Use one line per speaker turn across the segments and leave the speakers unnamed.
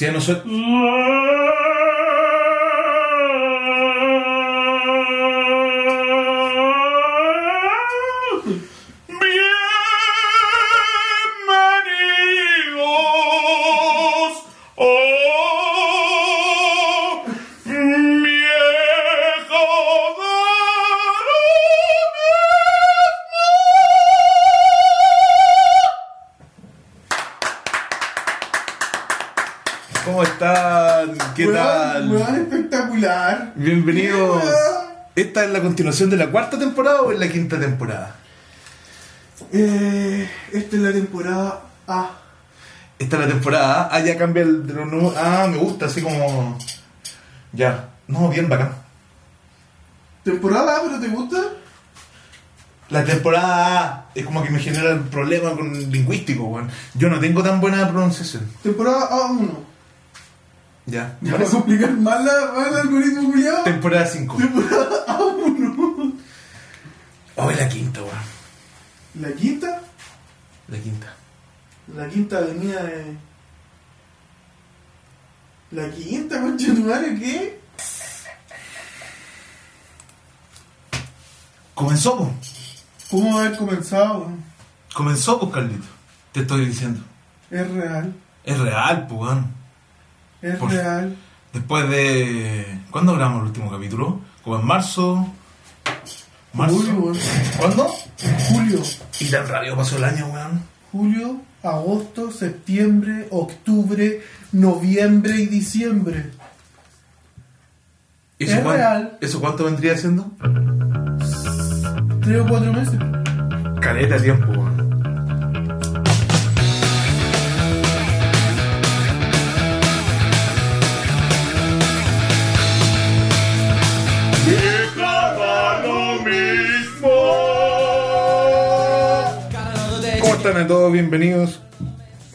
Sí, nosotros.
Ah, Bienvenidos
Oh,
a Viejo
¿Cómo están? ¿Qué
Weón,
tal?
weón, espectacular.
Bienvenidos.
Weón.
Esta es la continuación de la cuarta temporada o es la quinta temporada.
Eh, esta es la temporada A.
Esta es la temporada. Ah, ya cambia el de los nuevos- Ah, me gusta, así como. Ya. No, bien bacán.
¿Temporada A, pero te gusta?
La temporada A es como que me genera el problema con lingüístico, weón. Yo no tengo tan buena pronunciación.
Temporada A1.
Ya.
Ya va a complicar más, la, más el algoritmo culiado.
Temporada 5.
Temporada A1.
Hoy Oh, la quinta, weón.
La quinta.
La quinta.
La quinta avenida de. La quinta, concha de tu madre, ¿qué?
Comenzó, po.
¿Cómo va a haber comenzado? weón?
Comenzó, pues, Carlito. Te estoy diciendo.
Es real.
Es real, pues, weón.
Es
Por-
real.
Después de. ¿Cuándo grabamos el último capítulo? Como en marzo. ¿Marzo?
Julio, weón.
¿Cuándo?
Julio.
Y tan rápido pasó el año, weón.
Julio, agosto, septiembre, octubre, noviembre y diciembre.
¿Y eso
Es
cuán-
real.
¿Eso cuánto vendría siendo?
Tres o cuatro meses.
Caleta de tiempo, weón.
lo mismo.
¿Cómo están a todos? Bienvenidos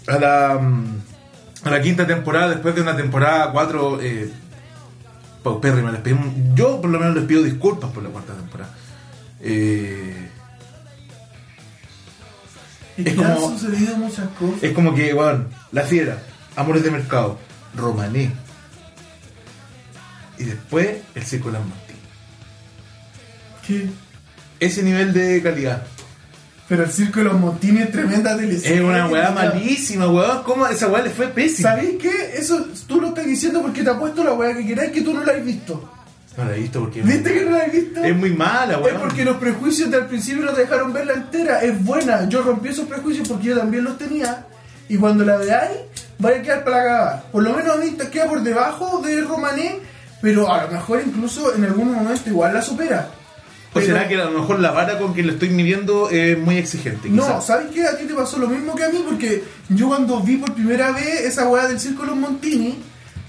a la, mm, a la quinta temporada, después de una temporada 4 eh, paupérrima. Les pedimos, yo por lo menos les pido disculpas por la cuarta temporada. Eh,
Es
Es
que han
como-
sucedido muchas cosas.
es como que, weón, La Fiera, Amores de Mercado, Romané. Y después el Circo de las Martín.
¿Qué?
Ese nivel de calidad.
Pero el Circo de los Montines es tremenda televisión.
Es una weá malísima, weón. ¿Cómo esa weá le fue pésima?
¿Sabéis qué? Eso tú lo estás diciendo porque te apuesto la weá que queráis que tú no la has visto.
No la he visto porque.
¿Viste que no la has visto?
Es muy mala,
Es
weón.
porque los prejuicios del principio no te dejaron verla entera. Es buena. Yo rompí esos prejuicios porque yo también los tenía. Y cuando la veáis, vaya a quedar para la cagada. Por lo menos a mí te queda por debajo de Romané. Pero a lo mejor incluso en algún momento igual la supera.
¿O
Pero-
será que a lo mejor la vara con que lo estoy midiendo es muy exigente?
No,
quizás?
¿sabes qué? A ti te pasó lo mismo que a mí, porque yo cuando vi por primera vez esa weá del Circo de los Montini,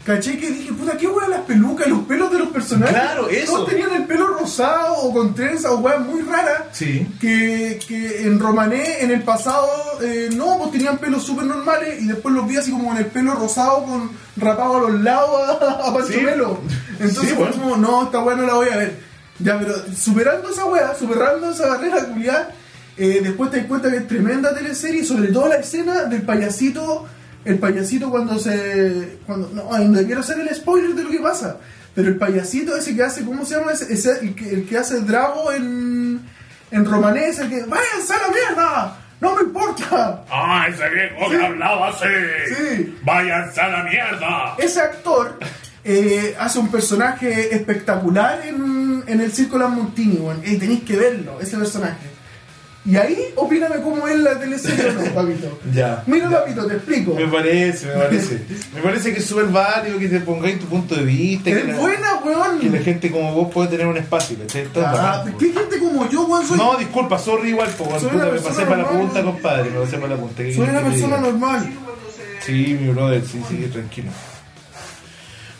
caché que dije, puta, qué weá las pelucas, los pelos de los personajes.
Claro, eso.
Todos tenían el pelo rosado o con trenza o weá muy rara.
Sí.
Que, que en Romané, en el pasado, eh, no, pues tenían pelos súper normales y después los vi así como con el pelo rosado, con rapado a los lados a, a Pancho
Sí.
Melo. Entonces
Sí,
fue
bueno.
como, no, esta weá no la voy a ver. Ya, pero superando esa weá, superando esa barrera culiar, después te das cuenta que es tremenda teleserie, sobre todo la escena del payasito, el payasito cuando se... Cuando, no, ay, no quiero hacer el spoiler de lo que pasa, pero el payasito ese que hace, ¿cómo se llama? Ese, ese- el, que, el que hace Drago en, en romanés, el que, váyanse a la mierda, no me importa.
Ah, ese viejo que hablaba así.
Sí.
Váyanse a la mierda.
Ese actor eh, hace un personaje espectacular en, en el Circo Lamborghini, weón. Eh, tenéis que verlo, ese personaje. Y ahí, opíname cómo es la teleserie o no, papito.
Ya.
Mira, papito, te explico.
Me parece, me parece. me parece que es súper válido que te pongáis tu punto de vista. que
Es
la-
buena,
Que la
weón.
gente como vos puede tener un espacio, ¿cachai? Esto es
Ah,
bacán,
¿Qué gente como yo, weón? Soy,
No, disculpa, sorry igual, po,
Soy
puta,
una
me
persona
pasé para la
normal.
punta, compadre, me pasé para la punta. ¿Qué
soy
querés
una
que te
persona
diga?
normal.
Sí, mi brother, sí, sí, tranquilo.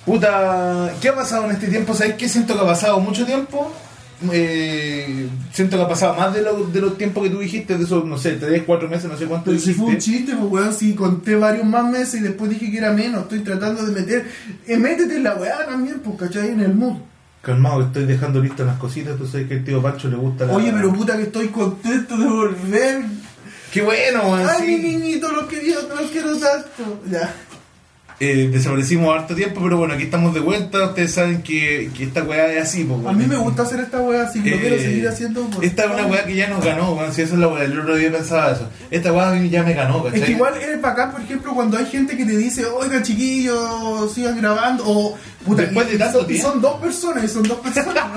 Puta, ¿qué ha pasado en este tiempo? ¿Sabes qué? Siento que ha pasado mucho tiempo. Eh, siento que ha pasado más de, lo- de los tiempos que tú dijiste, de esos, no sé, tres, cuatro meses, no sé cuánto
Pero si
dijiste.
fue un chiste, pues weón, si conté varios más meses y después dije que era menos, estoy tratando de meter. Eh, métete en la weá también, pues cachai, en el mood.
Calmado, que estoy dejando listas las cositas, tú sabes que al tío Pancho le gusta la...
Oye, pero puta que estoy contento de volver.
¡Qué bueno, weón!
Ay,
sí.
mi niñito, lo quería, no lo quiero tanto. Ya.
eh, desaparecimos harto tiempo, pero bueno, aquí estamos de vuelta. Ustedes saben que, que esta weá es así, po,
A
weón.
mí me gusta hacer esta weá, así que lo
Eh,
quiero seguir haciendo. por-
Esta es una weá que ya nos ganó, weón. Si eso es la weá, el otro día pensaba eso. Esta weá a mí ya me ganó, ¿cachai?
Es que igual eres bacán, por ejemplo, cuando hay gente que te dice, oiga chiquillos, sigan grabando, o puta,
Después
y-
de
y
tanto
son- y
tiempo.
son dos personas, y son dos personas.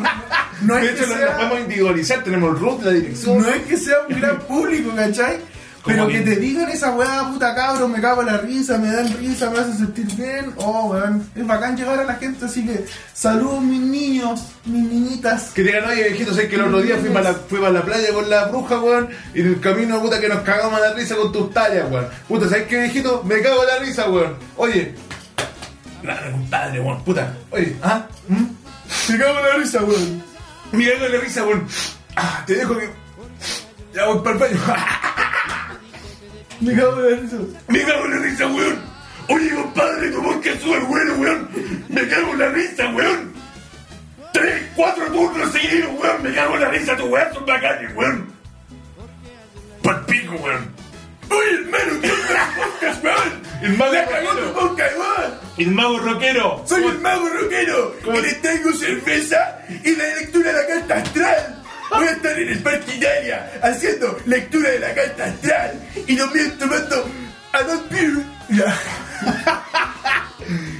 No,
de
es
hecho,
que
lo- nos
sea,
podemos individualizar. Tenemos el root, la dirección.
no es que sea un gran público, ¿cachai?
Como
Pero que
bien.
te digan esa weá, puta cabrón, me cago en la risa, me dan risa, me hacen sentir bien. Oh, weón, es bacán llegar a la gente, así que saludos mis niños, mis niñitas.
Que digan, oye viejito, sé que el otro día fui para la, fui pa' la playa con la bruja, weón, y en el camino, puta, que nos cagamos la risa con tus tallas, weón. Puta, ¿sabes qué, viejito? Me cago en la risa, weón. Oye, claro, compadre, weón, puta. Oye, ¿ah? ¿Mm?
Me cago en la risa, weón.
Me cago en la risa, weón. Ah, te dejo que. Ya voy para el baño.
Me cago en la risa.
Me cago en la risa, weón. Oye, compadre, tu podcast es súper bueno, weón. Me cago en la risa, weón. Tres, cuatro turnos seguidos, weón. Me cago en la risa, tu weón son bacanes, weón. Pal pico, weón. Oye, hermano, ¿qué otras podcast, weón?
El mago
¡La cagó
rockero.
tu podcast, weón!
El mago rockero.
¡Soy el mago rockero! Y les traigo cerveza y la lectura de la carta astral. Voy a estar en el Parque Italia haciendo lectura de la carta astral y también tomando a dos beer. Ya.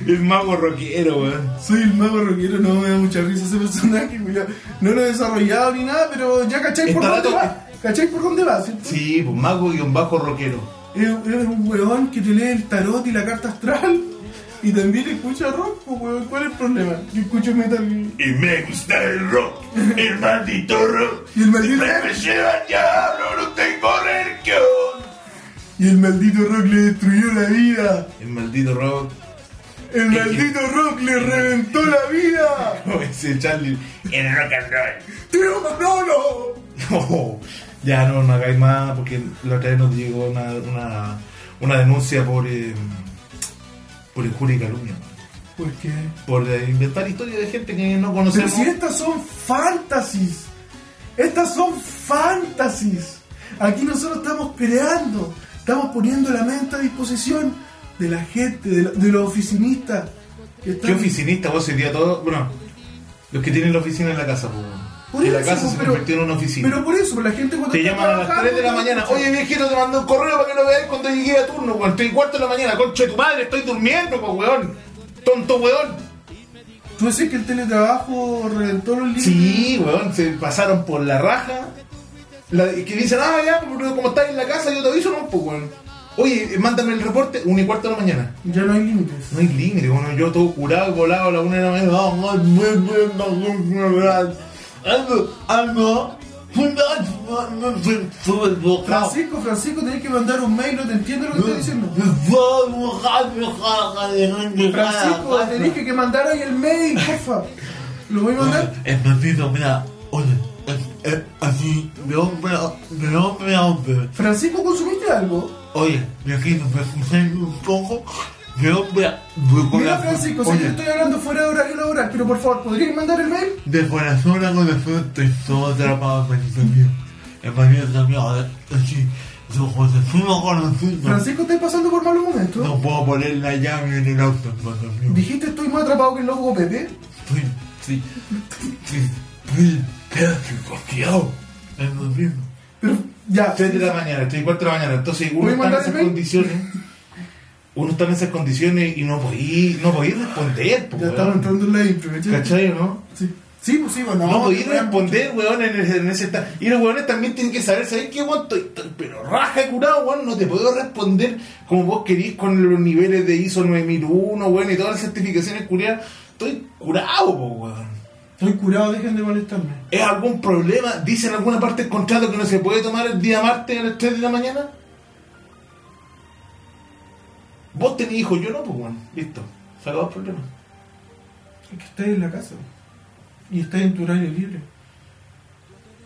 El mago rockero, weón.
Soy el mago rockero, no me da mucha risa ese personaje, culiao. No lo he desarrollado ni nada, pero ya cacháis por
Está
dónde
dato-
va. ¿Cacháis por dónde va? ¿cierto?
Sí, pues mago guión bajo rockero.
Es, es un weón que te lee el tarot y la carta astral y también escucha rock, pues, weón. ¿Cuál es el problema? Yo escucho metal.
Y me gusta el rock, el maldito rock.
Y el maldito-
Siempre me lleva al diablo, no tengo religión.
Y el maldito rock le destruyó la vida.
El maldito rock.
El maldito rock le reventó la vida.
Como dice Charlie.
El rock and roll.
¡Tío Manolo!
No, ya no, no hagáis más porque la otra vez nos llegó una, una, una denuncia por, eh, por injuria y calumnia.
¿Por qué?
Por eh, inventar historias de gente que no
Pero
conocemos.
si estas son fantasies. Estas son fantasies. Aquí nosotros estamos creando, estamos poniendo la mente a disposición de la gente, de, la- de los oficinistas. que están-
¿Qué oficinista vos sería todo? Bueno, los que tienen la oficina en la casa, pues.
Por
Que la
eso,
casa
pues,
se
pero-
convirtió en una oficina.
Pero por eso, por la gente cuando
te
está
llaman a las
trabajando,
3 de la mañana. Oye, viejito, te mandó un correo para que lo veas cuando llegué a turno, weón. Estoy cuarto de la mañana, concha de tu madre, estoy durmiendo, pues, weón. Tonto, weón.
¿Tú decís que el teletrabajo reventó los libros?
Sí, weón, se pasaron por la raja. La, que dicen, ah, ya, pero como estás en la casa, yo te aviso, no, pues, weón. Oye, eh, mándame el reporte, 1 y cuarto de la mañana.
Ya no hay límites.
No hay límite, bueno, yo todo curado, colado a la 1 de la mañana. Ah, ah, muy bien, ah, muy bien. Algo, algo.
Francisco, Francisco, tenés que mandar un mail, no te entiendo lo que estoy diciendo. Francisco, tenés que, que mandar ahí el mail, porfa. ¿Lo voy a mandar?
El maldito, mira, oye, es, es así, de hombre a de hombre, a hombre.
Francisco, ¿consumiste algo?
Oye, viejito, me escuché un poco, de hombre a de
Mira,
corazón.
Francisco, si yo
oye,
estoy hablando fuera de horario laboral, pero por favor, ¿podrías mandar el mail?
de corazón a corazón estoy todo atrapado, maldito mío. El maldito mío, ahora, así, de José, tú no conocí, no,
Francisco, estás pasando por malos momentos.
no puedo poner la llave en el auto, hermano mío.
Dijiste, estoy más atrapado que el loco Pepe.
Estoy, estoy, estoy, estoy, estoy confiado, hermano mío.
Pero, ya.
3 de la mañana, estoy 4 de la mañana. Entonces, uno
¿Voy a
está en
mandar
esas
email?
condiciones. Uno está en esas condiciones y no podía no podí responder, pues,
Ya estamos
weón.
entrando en la intro, ¿cachai?
¿Cachai, no?
Sí. Sí, pues sí, bueno.
No podía
weón.
responder, weón, en ese, en ese esta- Y los weones también tienen que saber, ¿sabes qué, weón? Estoy- estoy- pero raja curado, weón, no te puedo responder como vos querís con los niveles de ISO 9001, weón, y todas las certificaciones curadas. Estoy curado, po, weón.
Estoy curado, dejen de molestarme.
¿Es algún problema? ¿Dice en alguna parte del contrato que no se puede tomar el día martes a las 3 de la mañana? Vos tenés hijos, yo no, pues, weón. Listo. Se acabó el problema.
Es que estás en la casa. Y estás en tu horario libre.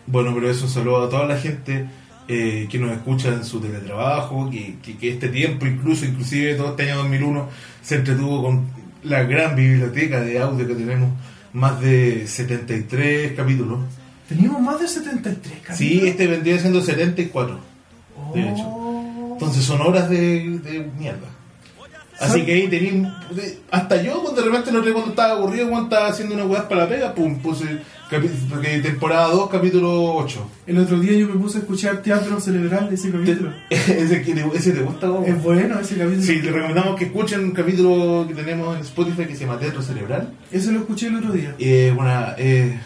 Bueno, pero eso un saludo a toda la gente eh, que nos escucha en su teletrabajo, que, que- que este tiempo, incluso, inclusive todo este año 2001, se entretuvo con la gran biblioteca de audio que tenemos, más de 73 capítulos.
Teníamos más de 73, capítulos.
Sí, este vendría siendo 74.
Oh.
de hecho. Entonces son horas de, de mierda. Así que ahí tenéis. Hasta yo, cuando de repente lo otro día cuando estaba aburrido, cuando estaba haciendo una weá para la pega, pum, puse capi- porque temporada 2, capítulo 8.
El otro día yo me puse a escuchar Teatro Cerebral de ese capítulo.
ese, que te- ese te gusta, vos?
Es bueno ese capítulo.
Sí, le recomendamos que escuchen un capítulo que tenemos en Spotify que se llama Teatro Cerebral.
Eso lo escuché el otro día.
Eh, bueno, eh.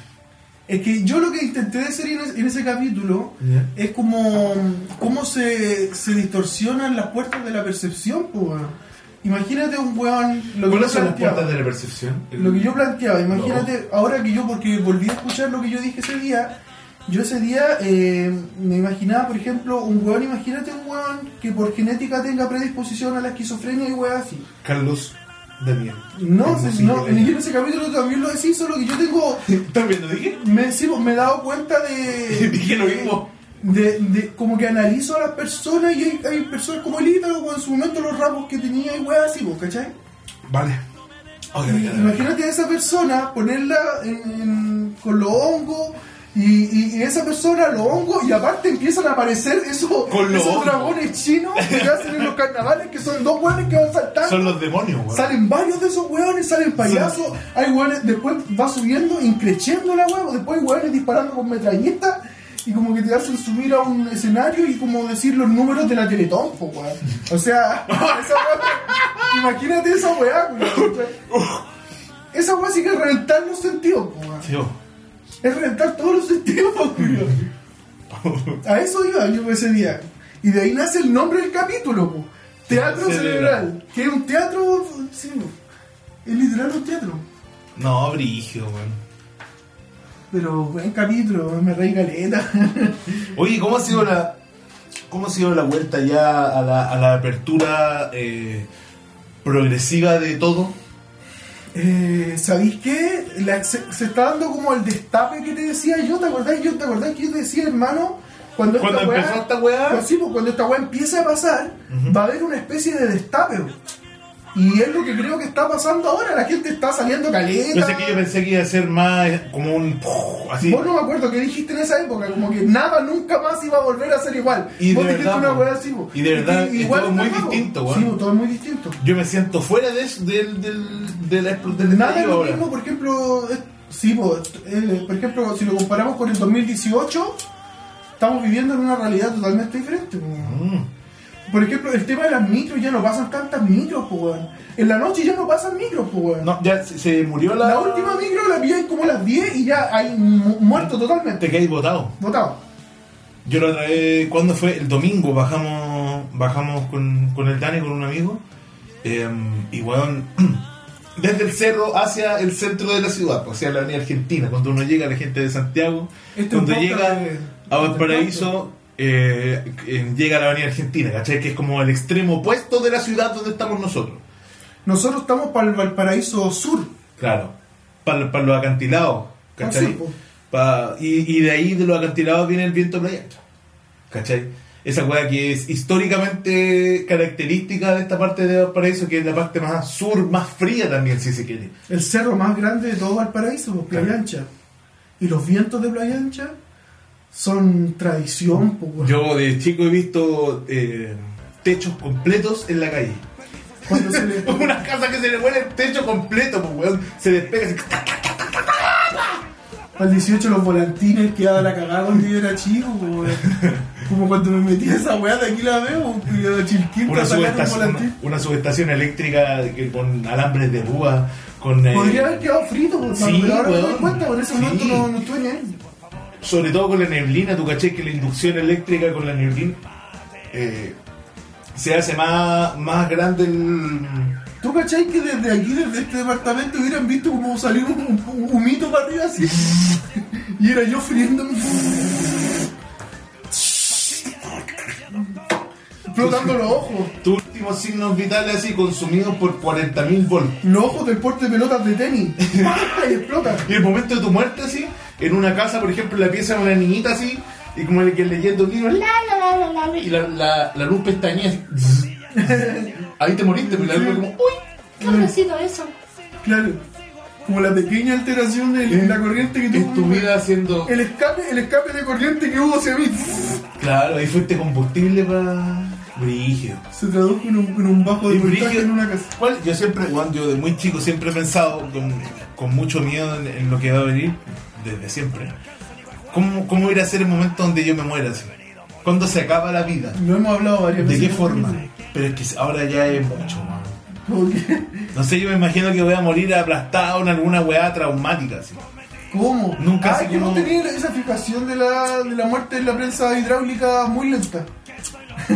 Es que yo lo que intenté decir en, es- en ese capítulo es como cómo se, se distorsionan las puertas de la percepción, pues. weón. Imagínate un weón. Lo que, yo
¿Cuáles son las
planteaba,
puertas de la percepción?
lo que yo planteaba, imagínate, ahora que yo, porque volví a escuchar lo que yo dije ese día, yo ese día eh, me imaginaba, por ejemplo, un weón, imagínate un weón que por genética tenga predisposición a la esquizofrenia y weón así.
Carlos Damián.
No,
El
se-
músico
no
de la-
en ese capítulo también lo decís, solo que yo tengo
¿También lo dije?
me, sí, pues, me he dado cuenta de.
Dije lo mismo.
De, de- como que analizo a las personas y hay, hay personas como el Ítalo, pues, en su momento los rapos que tenía y weas así, pues, ¿cachai?
Vale. Ok,
Y
ok, ok.
imagínate a esa persona ponerla en- en- con los hongos. Y, y- y esa persona, los hongos, y aparte empiezan a aparecer esos,
Con los
esos
hongos.
dragones chinos que hacen en los carnavales, que son dos hueones que van saltando.
Son los demonios, weón.
Salen varios de esos hueones, salen payasos, hay hueones, después va subiendo, increciendo la huevo, después hay hueones disparando con metralleta y como que te hacen subir a un escenario y como decir los números de la Teletón, po, weón. O sea, esa hueá- imagínate esa hueá, weón. Esa hueá sí que es reventar los sentidos, po, weón.
Tío.
Es reventar todos los sentidos, po, weón. A eso iba yo ese día. Y de ahí nace el nombre del capítulo, po. Teatro
Cerebral.
Cerebral. Que es un teatro. Sí, po. Es literal un teatro.
No, brígido, weón.
Pero buen capítulo, me reí caleta.
Oye, ¿cómo ha sido la. ¿Cómo ha sido la vuelta ya a la, a la apertura eh, progresiva de todo?
Eh, ¿Sabéis qué? La- se, se está dando como el destape que te decía yo, ¿te acordás? Yo, ¿Te acordás que yo te decía, hermano? Cuando,
Cuando
esta
empezó
weá-
esta weá.
Pues sí, pues, cuando esta weá empiece a pasar, va a haber una especie de destape. weón. Y es lo que creo que está pasando ahora. La gente está saliendo caleta.
Yo sé que yo pensé que iba a ser más eh, como un. ¡puf! Así.
Vos no me acuerdo qué dijiste en esa época, como que nada nunca más iba a volver a ser igual.
Y de
Vos dijiste
verdad,
una
po.
weá así, po.
Y de verdad, estuvo muy
está, po.
distinto, weón.
Sí, po, todo es muy distinto.
Yo me siento fuera de, eso- del, del, de la explosión del
Nada es lo
ahora.
mismo, por ejemplo, eh, sí, po, eh, por ejemplo, si lo comparamos con el 2018, estamos viviendo en una realidad totalmente diferente. po.
Mm.
Por ejemplo, el tema de las micros, ya no pasan tantas micros, po, weón. En la noche ya no pasan micros, po, weón.
No, ya se, se murió la.
La última micro la pilláis como a las 10 y ya hay mu- muerto totalmente.
Te quedáis botado.
Votado.
Yo la otra vez, ¿cuándo fue? El domingo bajamos bajamos con, con el Dani, con un amigo. eh, y weón, desde el cerro hacia el centro de la ciudad, o sea, la avenida Argentina. Cuando uno llega, la gente de Santiago.
Este
cuando
es un podcast
llega
de-
a
de
Valparaíso, eh, eh, llega a la avenida Argentina, ¿cachai? Que es como el extremo opuesto de la ciudad donde estamos nosotros.
Nosotros estamos para el Valparaíso Sur.
Claro. Para, los acantilados. ¿Cachai?
Ah, sí, po.
Pa- y, y de ahí, de los acantilados, viene el viento playa. ¿Cachai? Esa weá que es históricamente característica de esta parte de Valparaíso, que es la parte más sur, más fría también, si se quiere.
El cerro más grande de todo Valparaíso, pues, Playa
Claro.
Ancha. Y los vientos de Playa Ancha son tradición, pues, weón.
Yo de chico he visto eh, techos completos en la calle.
Cuando se le-
Una casa que se le vuela el techo completo, pues weón. Se despega. así,
Al 18 los volantines quedaba la cagada cuando yo era chico, pues, weón. Como cuando me metí a esa weá de aquí la veo, pues, culiado chilquín,
Una
para sacar un
subestación,
volantín.
una subestación eléctrica que- con alambres de púa, con... eh,
Podría haber quedado frito, pues,
sí,
pero ahora me doy
weón.
cuenta, por ese momento
Sí.
no, no estuve ni ahí.
sobre todo con la neblina, tú caché que la inducción eléctrica con la neblina eh, se hace más, más grande el.
¿Tú cachai que desde aquí, desde este departamento, hubieran visto como salir un, un- un humito para arriba así? y era yo friéndome. Explotando los ojos.
Tus últimos signos vitales así consumidos por 40.000 volts.
Los ojos del porte de pelotas de tenis. ¡Pah! y explota.
Y el momento de tu muerte así, en una casa, por ejemplo, la pieza de una niñita así, y como el que leyendo un libro, la, la, la, la, la, y la, la, la luz pestañea así. Ahí te moriste, pero la luz como, uy,
¿Qué habrá sido eso?
Claro. Como la pequeña alteración de la corriente que tuvo.
es tu vida haciendo.
El escape, el escape de corriente que hubo hacia mí.
Claro, ahí fuiste combustible para. Brígido.
Se tradujo en un, en un bajo de
Y
voltaje
brígido.
en una casa.
Bueno, yo siempre, cuando yo de muy chico siempre he pensado con, con mucho miedo en, en lo que va a venir, desde siempre. ¿Cómo, ¿Cómo ir a ser el momento donde yo me muera? así? ¿Cuándo se acaba la vida?
Lo hemos hablado varias
¿De
veces.
qué forma? Pero es que ahora ya es mucho, man.
¿Cómo que?
No sé, yo me imagino que voy a morir aplastado en alguna weá traumática. así.
¿Cómo?
Nunca
ah,
así
es que no
como-
tenía esa fijación de la, de la muerte en la prensa hidráulica muy lenta.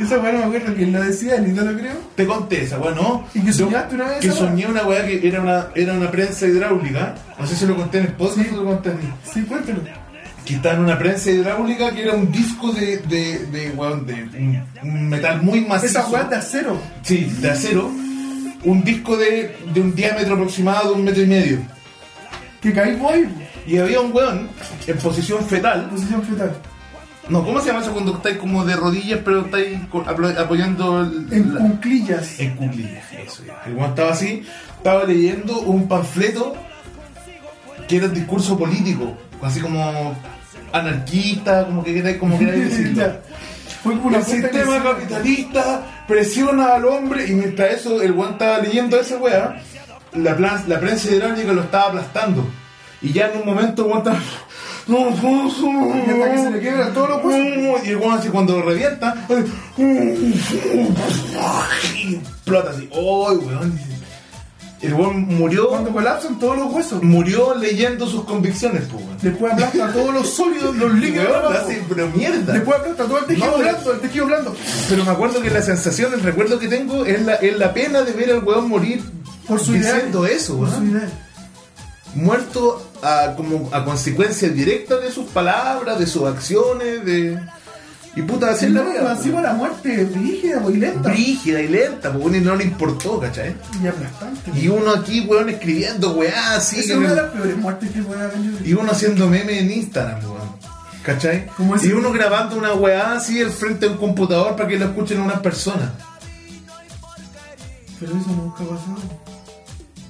esa weá no me acuerdo quién la decía, ni yo lo creo.
Te conté esa weá, ¿no?
¿Y que
Yo-
soñaste una vez
Que
esa weá?
soñé una weá que era una, era una prensa hidráulica. No sé si lo conté en el podcast o lo conté en mí.
Sí, cuéntelo.
que estaba en una prensa hidráulica que era un disco de, de, de, weón, de un, un metal muy macizo.
Esa weá de acero.
Sí, de acero. Un disco de, de un diámetro aproximado de un metro y medio.
Que caí voy,
Y había un weón en posición fetal.
posición fetal.
No, ¿cómo se llama eso cuando estáis como de rodillas pero estáis co- apl- apoyando el-
En
la-
cunclillas.
en cuclillas, eso ya. El weón estaba así, estaba leyendo un panfleto que era un discurso político, así como anarquista, como que queráis, como queráis decirlo.
Ya. Fue como una
el
puesta en
sistema
escena.
capitalista presiona al hombre y mientras eso el weón estaba leyendo esa weá, la, plan- la prensa hidráulica lo estaba aplastando. Y ya en un momento el weón estaba... No, no, no,
Y hasta que se le quiebran todos los huesos.
no, Y el weón así cuando lo revienta, y explota así. ¡Ay, weón! El weón murió,
Cuando colapsan todos los huesos.
murió leyendo sus convicciones, pues, weón.
Después aplasta todos los sólidos, los líquidos.
Weón,
abajo.
así, pero mierda.
Después aplasta todo el tejido
No, pero-
blando, el tejido blando.
Pero me acuerdo que la sensación, el recuerdo que tengo es la, es la pena de ver al weón morir
Por su idea.
diciendo eso,
Por
weón.
su idea.
Muerto a, como a consecuencia directa de sus palabras, de sus acciones, de. Y puta, así
Sí,
es la
no,
vida.
encima la muerte es rígida, muy lenta.
Rígida y lenta, porque uno no le importó, ¿cachai?
Y aplastante.
Y uno aquí, weón, escribiendo, weá, así.
Esa
que
es una
me-
de las peores muertes que puede haber. yo creo.
Y uno haciendo meme en Instagram, weón. ¿Cachai?
¿Cómo es?
Y uno grabando una weá así al frente de un computador para que lo escuchen unas personas.
Pero eso nunca ha pasado.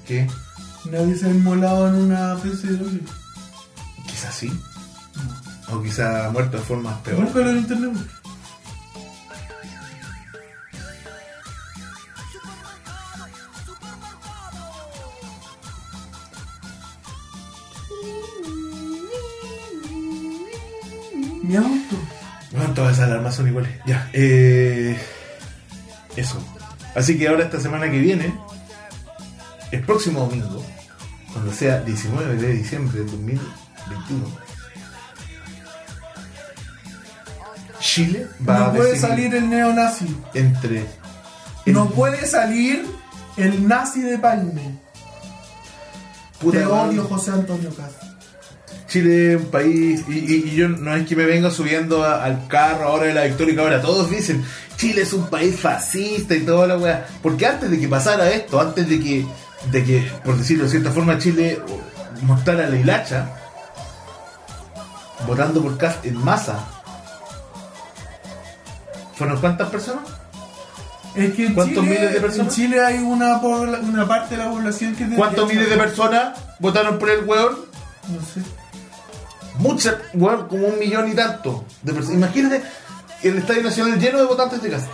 ¿Qué?
Nadie se ha inmolado en una prensa hidráulica.
Quizás sí. O quizá ha muerto de formas peores.
Búscalo en internet. güey. Mi auto.
Bueno, todas esas alarmas son iguales. Ya. Eh, eso. Así que ahora esta semana que viene, el próximo domingo, cuando sea 19 de diciembre del 2021, Chile va a
No puede
decidir
salir el neonazi.
entre...
No
en-
puede salir el nazi de Palme.
puta
Te
madre.
odio, José Antonio Castro.
Chile es un país, y, y- y yo no es que me venga subiendo a- al carro ahora de la victoria, que ahora todos dicen, Chile es un país fascista y toda la weá. Porque antes de que pasara esto, antes de que, de que por decirlo de cierta forma, Chile mostrara la hilacha, votando por Cast en masa, ¿fueron cuántas personas?
Es que en
¿Cuántos
Chile,
miles de
en
personas?
Chile hay una, pobla- una parte de la población que... es de
¿Cuántos
derecha.
miles de personas votaron por el weón?
No sé.
Muchas, weón, como un millón y tanto de personas. Imagínate el Estadio Nacional lleno de votantes de casa.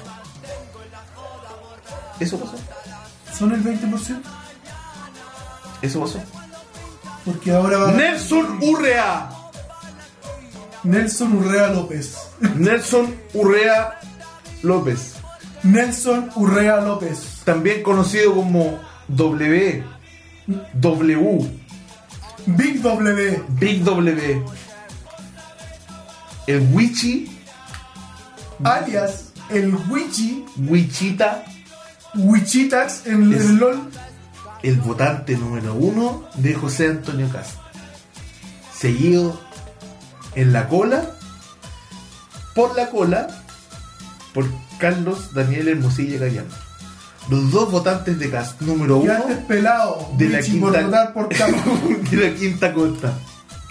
Eso pasó.
Son el 20%.
Eso pasó.
Porque ahora va...
Nelson Urrea.
Nelson Urrea López.
Nelson Urrea López.
Nelson Urrea López.
También conocido como W. W.
Big W.
Big W. El Wichi.
Alias el Wichi.
Wichita.
Wichitax en
Es-
el LOL.
el votante número uno de José Antonio Castro. Seguido en la cola, por la cola, por Carlos Daniel Hermosilla Gallán. Los dos votantes de Castro, número
Que
uno
antes pelado.
de la
Wichi por
quinta-
votar por campo.
de la quinta costa.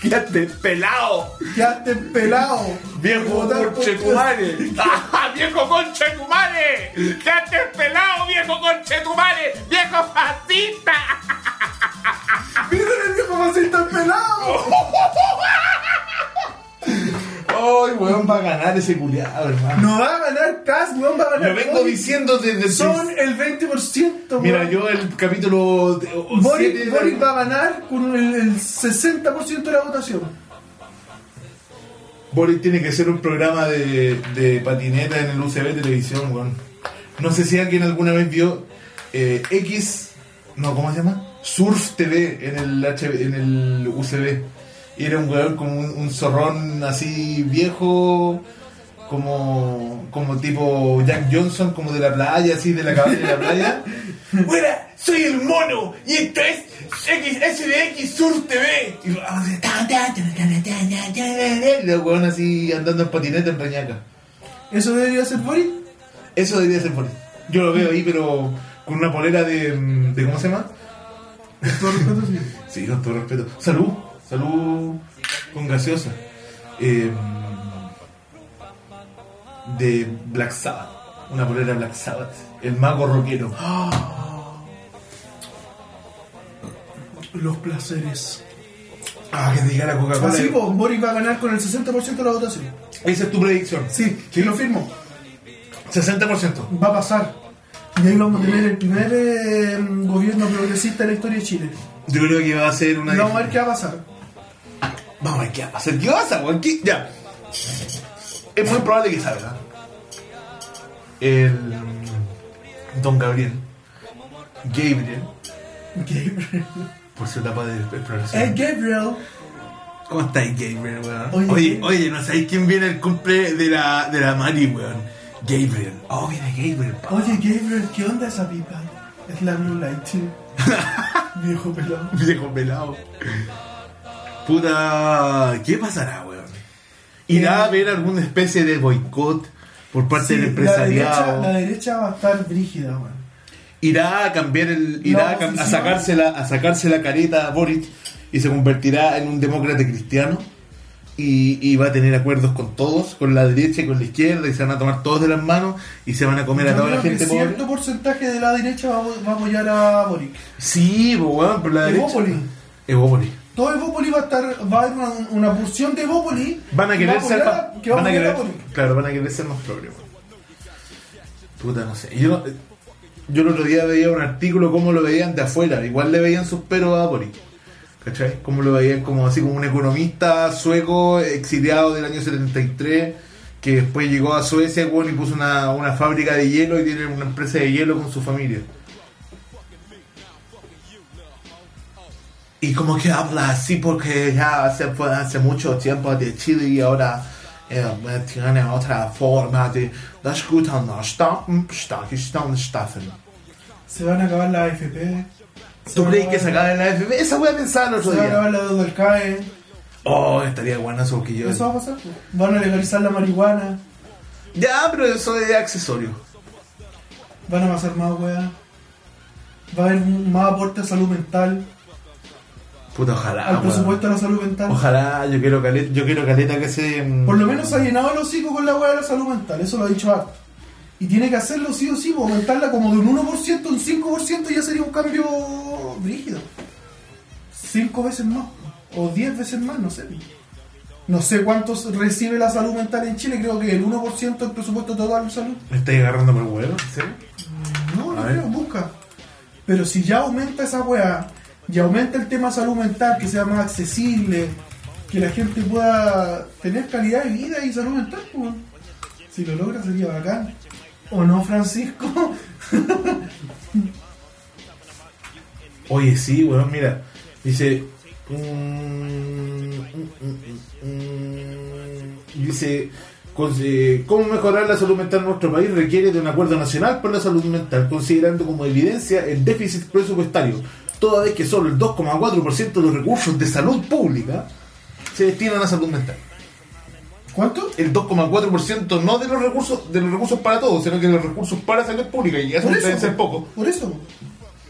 ¡Quédate pelado!
Que antes pelado.
¡Viejo
votar por-
conchetumare!
¡Ajá, Ah, viejo conchetumare! ¡Date el pelado, viejo conchetumare! ¡Viejo fascista!
Miren el viejo fascista pelado.
¡Ay, weón! va a ganar ese culiado, hermano.
No va a ganar Cass, weón, va a ganar
Lo vengo
Boric.
diciendo desde el
Son
principio.
el 20%, weón.
Mira, yo el capítulo. de- o- o siete
Boric,
de-
Boric va a ganar con el, el 60% de la votación.
Boric tiene que ser un programa de, de patineta en el UCB Televisión, weón. No sé si alguien alguna vez vio eh, X. No, ¿cómo se llama? Surf TV en el, H en el UCB. Y era un weón como un, un zorrón así viejo, como, como tipo Jack Johnson, como de la playa, así de la cabaña de la playa.
Güera, soy el mono y esto es XSDX Sur TV.
Y vamos de ta, ta, ta, ta, ta, ta, ta, ta, y los weón así andando en patineta en Reñaca.
¿Eso debería ser Boric?
Eso debería ser por Yo lo veo ahí, pero con una polera de. mm, de ¿Cómo se llama?
Con todo respeto, sí.
Sí, con todo respeto. Salud. Salud con gaseosa. Eh, de Black Sabbath. Una polera Black Sabbath. El mago rockero.
Los placeres.
Ah, que diga la Coca-Cola.
Así, po, Boric va a ganar con el 60% de la votación.
Esa es tu predicción.
Sí, sí, lo firmo.
60%.
Va a pasar. Y ahí vamos a tener el primer eh, gobierno progresista en la historia de Chile.
Yo creo que va a ser una.
Y vamos a ver qué va a pasar.
Vamos a ver qué va a pasar. ¿Qué pasa, weón? ¿Qué- Ya. Es muy probable que salga. El. mm, Don Gabriel. Gabriel.
Gabriel.
Por su etapa de exploración.
Eh, Gabriel.
¿Cómo estáis, Gabriel, weón?
Oye,
Oye, oye, no sabéis quién viene el cumple de la, de la Mari, weón. Gabriel. Oh, viene Gabriel, pa.
Oye, Gabriel, ¿qué onda esa pipa? Es la Blue Light, sí. Viejo pelado.
Viejo pelado. Puta. ¿Qué pasará, weón? ¿Irá a haber alguna especie de boicot por parte
Eh, Sí,
del
la, derecha,
empresariado?
la derecha va a estar brígida, weón.
irá a cambiar el irá a, cam- a sacarse la a sacarse la careta a Boric y se convertirá en un demócrata cristiano y, y va a tener acuerdos con todos con la derecha y con la izquierda y se van a tomar todos de las manos y se van a comer a
Yo
toda la
creo que
gente pobre
cierto porcentaje de la derecha va, a- va a apoyar a Boric.
sí po, weón, pero la derecha
Evópolis.
Evópolis.
Todo Evópolis va a estar, va a haber una, una porción de Evópolis
van a
que
querer
va
ser
apoyar
más-
que va a
van a
apoyar
querer
a Boric.
claro van a querer ser más progres weón. puta no sé yo no- yo el otro día veía un artículo como lo veían de afuera igual le veían sus peros a Boric ¿cachai? como lo veían como así como un economista sueco exiliado del año 73 que después llegó a Suecia weón, y puso una, una fábrica de hielo y tiene una empresa de hielo con su familia y como que habla así porque ya hace, fue hace mucho tiempo de Chile y ahora eh, tiene otra forma de das Staaten, Starkistan, Staffen.
Se van a acabar la AFP. se
¿Tú
van a
crees que se
acabar-
acaba en la FB? Esa voy a pensar el otro
Se va a
día.
acabar la deuda del CAE.
Oh, estaría bueno eso porque yo.
Eso va a pasar. pues. Van a legalizar la marihuana.
Ya, pero eso es accesorio.
Van a pasar más weas. Va a haber más aporte a salud mental.
Puta, ojalá.
al
Ah, weón.
presupuesto de la salud mental.
Ojalá, yo quiero caleta, yo quiero caleta que se. mm,
Por lo menos se ha llenado el hocico con la wea de la salud mental. Eso lo ha dicho harto. Y tiene que hacerlo sí o sí, pues, aumentarla como de un 1% a un 5% ya sería un cambio rígido. Cinco veces más. O 10 veces más, no sé. No sé cuántos recibe la salud mental en Chile, creo que el 1% del presupuesto total de salud.
¿Me estáis agarrando por el huevo? ¿Sí?
No, no
A ver.
creo, busca. Pero si ya aumenta esa weá, y aumenta el tema salud mental, que sea más accesible, que la gente pueda tener calidad de vida y salud mental, pues, weón. si lo logra sería bacán. ¿O no, Francisco?
Oye, sí, weón, mira. Dice. mm, mm, mm, mm, mm, dice. con- eh, ¿Cómo mejorar la salud mental en nuestro país? Requiere de un acuerdo nacional por la salud mental, considerando como evidencia el déficit presupuestario, toda vez que solo el 2,4% de los recursos de salud pública se destinan a salud mental.
¿Cuánto?
El 2,4% no de los recursos de los recursos para todos, sino que de los recursos para salud pública, y eso
Por
debe
eso.
ser poco.
Por eso.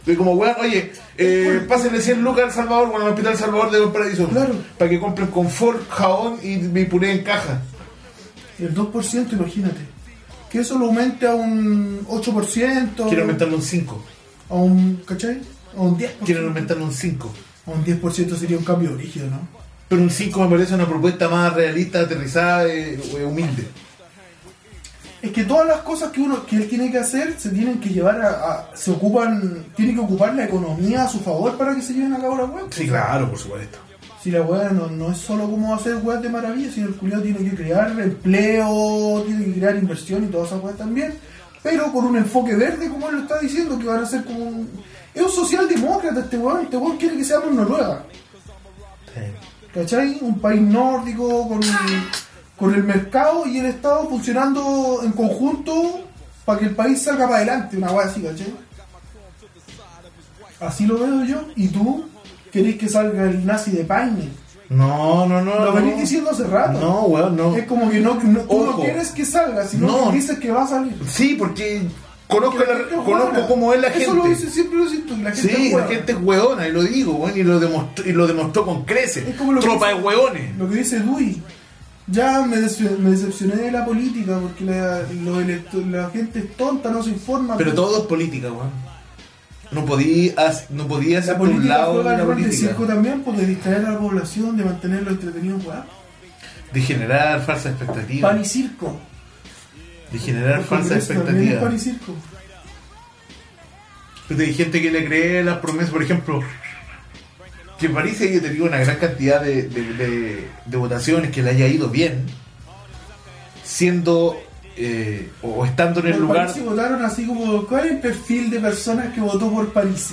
Y como, weón, oye, eh, pásenle 100 lucas al Salvador, bueno, al Hospital Salvador de Valparaíso.
Claro.
Para que compren confort, jabón y mi puré en caja.
El 2%, imagínate. Que eso lo aumente a un 8%.
Quiero aumentarlo un 5.
A un, ¿cachai? A un 10%.
Quiero aumentarlo un 5.
A un 10% sería un cambio rígido, ¿no?
pero un 5 me parece una propuesta más realista, aterrizada, eh, eh, humilde.
Es que todas las cosas que uno que él tiene que hacer se tienen que llevar a, a- se ocupan tiene que ocupar la economía a su favor para que se lleven a cabo las weas.
Sí, claro, por supuesto.
Si la weá no, no es solo cómo hacer weas de maravilla, sino el culiado tiene que crear empleo, tiene que crear inversión y todas esas weas también, pero con un enfoque verde, como él lo está diciendo, que van a ser como un. Es un socialdemócrata este weón, este weón quiere que seamos Noruega. ¿Cachai? Un país nórdico con, con el mercado y el Estado funcionando en conjunto para que el país salga para adelante, una weá así, ¿cachai? Así lo veo yo. ¿Y tú querés que salga el nazi de Paine?
No, no, no.
Lo
no.
venís diciendo hace rato.
No, weón, no.
Es como que no, no- tú no
Ojo.
quieres que salga, sino
No.
que dices que va a salir.
Sí, porque conozco, la-
Porque
conozco
juega.
cómo es la gente.
Eso lo dice siempre lo siento, y la gente
Sí, la
juega.
gente es hueona, y lo digo, weón, y lo demostró, y lo demostró con creces.
Es como lo que
Tropa
dice-
de hueones.
Lo que dice Dewey. Ya me, dece- me decepcioné de la política porque la, los electo- la gente es tonta, no se informa.
Pero todo es política, weón. No podía, hac- no podía hacer
La
por un
política
lado
juega
de
el
la
rol de
política.
circo también, pues de distraer a la población, de mantenerlo entretenido, weá.
De generar falsas
Pan y
expectativas.
circo.
De generar
El
falsas
Congreso también es pan y
expectativas.
circo.
Pero hay gente que le cree las promesas, por ejemplo, que París haya tenido una gran cantidad de, de- de- de votaciones, que le haya ido bien, siendo eh, o o estando en el
Por
lugar.
París votaron así como, ¿cuál es el perfil de personas que votó por París?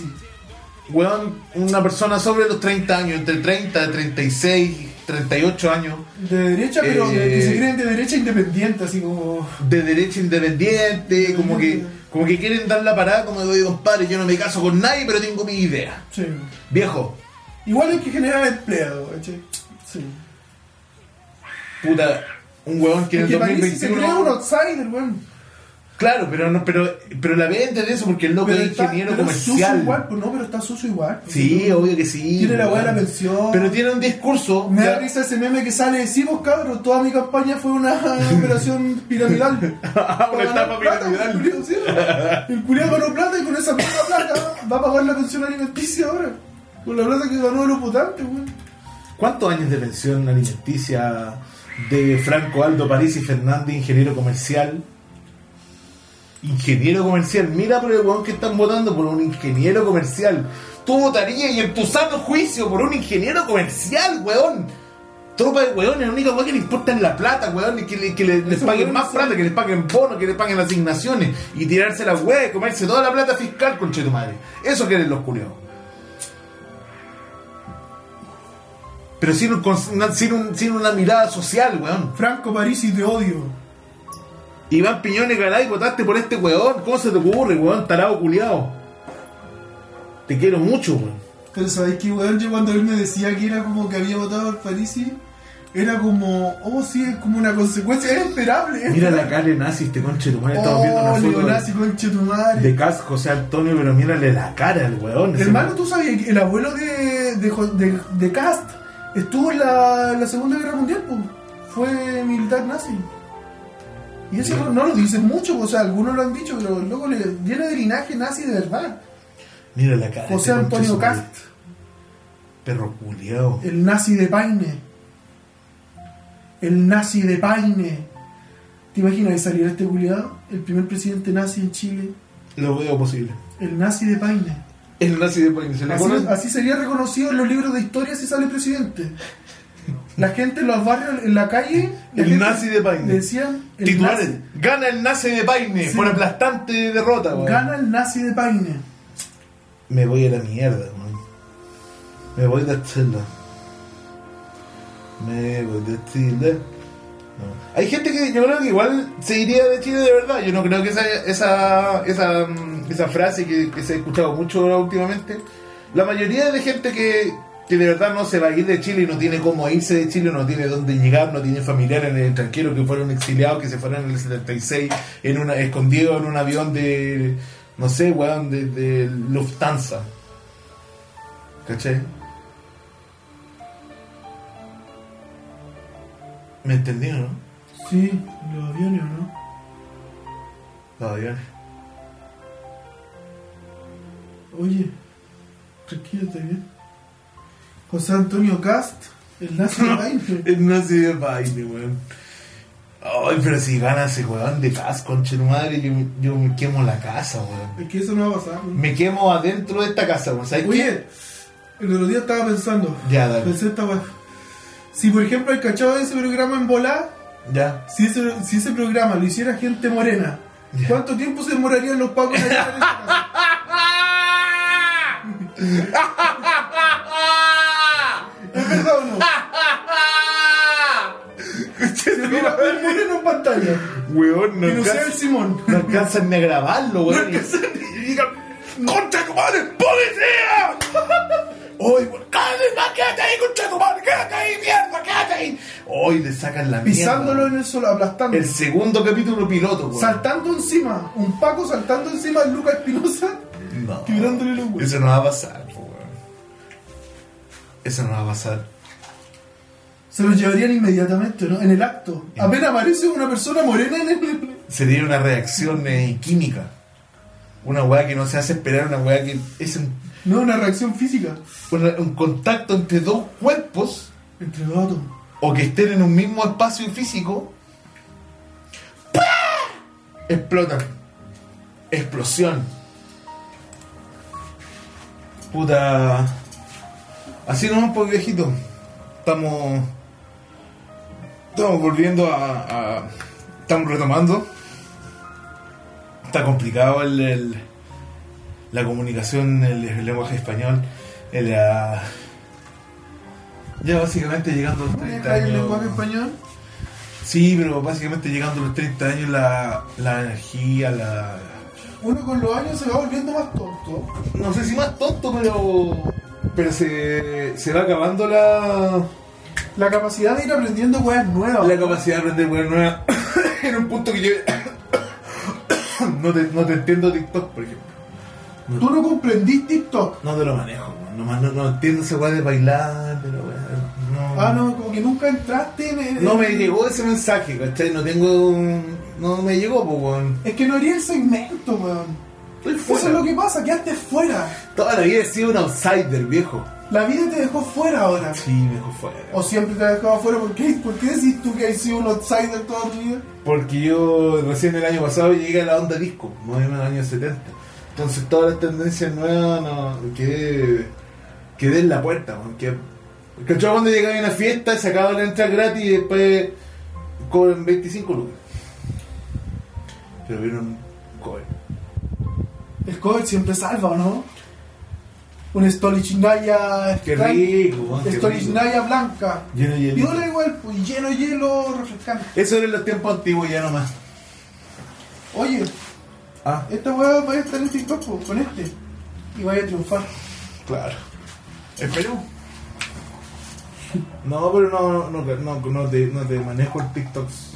Weón, una persona sobre los 30 años, entre 30, 36, 38 años,
De derecha, pero de- que
Eh,
se creen de derecha independiente, así como...
de derecha independiente, como que, como que quieren dar la parada, como doy compadre, yo no me caso con nadie, pero tengo mi idea.
Sí.
Viejo,
Igual hay que generar empleo, ¿cachai? Sí.
puta, un weón que en el
Porque París se crea un
2021.
outsider, weón.
Claro, pero no, pero, pero la venta de eso porque el loco
Pero
es
está-
ingeniero
pero es sucio igual,
comercial.
pues no, pero está sucio igual. pues.
Sí, obvio que sí.
Tiene la
weón.
buena pensión.
Pero tiene un discurso.
Me da
ya-
risa ese meme que sale, sí vos cabros, toda mi campaña fue una operación piramidal.
una
Para ganar
etapa
plata,
piramidal.
el culiao, sí. El culiado ganó plata y con esa misma plata va a pagar la pensión alimenticia ahora. Con la plata que ganó de los votantes, weón.
¿Cuántos años de pensión alimenticia de Franco Aldo París y Fernández, ingeniero comercial? Ingeniero comercial, mira por el weón que están votando por un ingeniero comercial. Tú votarías y en tu sano juicio por un ingeniero comercial, weón. Tropa de weones, la única weón que le importa es la plata, weón, y que, le- que le- les
Eso
paguen
weón
más
son-
plata, que les paguen bonos, que les paguen asignaciones, y tirarse la weá y comerse toda la plata fiscal, conche tu madre. Eso quieren los culiados. Pero sin, un cons- una- sin, un- sin una mirada social, weón.
Franco Parisi, te odio.
Iván Piñones Garay, votaste por este weón. ¿Cómo se te ocurre, weón? Tarado culiado. Te quiero mucho, weón.
Pero sabéis que, weón, yo cuando él me decía que era como que había votado por Parisi, era como, oh sí, es como una consecuencia, era esperable. ¿eh?
Mira la cara de nazi, este conche tu madre. Estamos
oh,
viendo una foto
Leonazi, conche tu madre.
de, de Cas José Antonio, pero mírale la cara al weón. Ese
Hermano, ¿tú sabías que el abuelo de, de, Jo- de, de Cast estuvo en la, la Segunda Guerra Mundial? po? Fue militar nazi. Y eso no, no lo dicen mucho, pues, o sea, algunos lo han dicho, pero el loco le viene de linaje nazi de verdad.
Mira la cara. de
José
este conche
Antonio
su madre.
Cast,
Perro culiao.
el nazi de Paine. El nazi de Paine. ¿Te imaginas de salir este culiado? El primer presidente nazi en Chile.
Lo veo posible.
El nazi de Paine.
El nazi de Paine, ¿se le
Así,
acuerdan?
así sería reconocido en los libros de historia si sale presidente. La gente en los barrios, en la calle. la
El
gente
nazi de Paine.
Decía. el
Titulares.
nazi.
Gana el nazi de Paine
Sí.
por aplastante derrota, weón.
Gana el nazi de Paine.
Me voy a la mierda, weón. Me voy de Chile. Me voy de Chile. No. Hay gente que yo creo que igual se iría de Chile de verdad. Yo no creo que esa, esa, esa, mm, esa frase que, que se ha escuchado mucho ahora últimamente. La mayoría de gente que, que de verdad no se va a ir de Chile y no tiene cómo irse de Chile, no tiene dónde llegar, no tiene familiares en el extranjero que fueron exiliados, que se fueron en el 76 en una, escondidos en un avión de, no sé, weón, de, de Lufthansa. ¿Cachai? ¿Me entendió, no?
Sí, los aviones, ¿no?
Los aviones.
Oye, tranquilo, está bien. José Antonio Cast El nazi de Paine.
El nazi de baile, weón. Ay, pero si gana ese weón de paz, conche tu madre, yo, yo me quemo la casa, weón.
Es que eso no va a pasar. weón.
Me quemo adentro de esta casa, weón. ¿Sabes qué?
Oye, el otro día estaba pensando.
Ya, dale.
Pensé esta weá. Si por ejemplo el cachado de ese programa en volá,
Ya.
si ese, si ese programa lo hiciera gente morena, ¿cuánto tiempo se demorarían los pacos en llegar a esa casa? ¿Es verdad o no?
Conche
Se
tu
mira
madre.
el moreno en pantalla.
Weón, no
Y no sea el
alcanzan,
Simón.
no alcanzan ni a grabarlo,
No
weón.
alcanzan ni digan, ¡Contra tu madre! ¡Policía!
Hoy, weón.
¡Cállate, más! ¡Quédate ahí, contra tu madre! ¡Quédate ahí, mierda! ¡Quédate ahí!
Hoy le sacan la mierda.
Pisándolo
weón.
en el suelo, aplastando.
El segundo capítulo piloto, weón.
Saltando encima. Un paco saltando encima de Lucas Espinosa.
No.
Quebrándole los huevos.
Eso no va a pasar, po, weón. Eso no va a pasar.
Se lo llevarían inmediatamente, ¿no? En el acto. Apenas aparece una persona morena en el...
Sería una reacción eh, química. Una weá que no se hace esperar, una weá que es un,
No, una reacción física.
una- un contacto entre dos cuerpos
Entre dos átomos.
o que estén en un mismo espacio físico. ¡Pah! Explotan. Explosión. Puta. Así nomás, pues viejito. Estamos. Estamos volviendo a. a- estamos retomando. Está complicado el, el- la comunicación, el, el lenguaje español. el, ah, ya básicamente llegando a los 30
¿Maneja el lenguaje
años.
español?
Sí, pero básicamente llegando a los 30 años la, la energía, la...
Uno con los años se va volviendo más tonto.
No sé si más tonto, pero... Pero se, se va acabando la...
La capacidad de ir aprendiendo cosas nuevas.
La capacidad de aprender weas nuevas en un punto que yo... no, te, no te entiendo TikTok, por ejemplo.
Tú no comprendís TikTok.
No te lo manejo, weón. nomás no, no entiendo esa weá de bailar, de la weá- No.
Ah, no, como que nunca entraste en... en-
No me llegó ese mensaje, ¿cachai? No tengo... No me llegó, pues, weón.
Es que no haría el segmento, weón.
Estoy
Eso es lo que pasa, quedaste fuera.
Toda la vida he sido un outsider, viejo.
La vida te dejó fuera ahora.
Sí, viejo, fuera.
O siempre te ha dejado fuera. ¿Por qué, ¿Por qué decís tú que has sido un outsider toda tu vida?
Porque yo recién el año pasado llegué a la onda disco, no en el año 70. Entonces todas las tendencias nuevas no, quedé, quedé en la puerta. weón, Que, ¿Cachai? Cuando llegaba a una fiesta sacaba la entrada gratis y después cobran 25 lucas. Pero vieron cobre.
El cover siempre salva, ¿o no? Un Stolichnaya.
Qué rico, weón, qué rico.
Stolichnaya blanca.
Lleno de hielo.
Viola igual, pues lleno de hielo, refrescante.
Eso era en los tiempos antiguos ya nomás.
Oye,
Ah,
esta weá va a estar en TikTok pues, con este. Y vaya a triunfar.
claro. Esperemos. No, pero no, no, no, no, te, no te manejo el TikToks.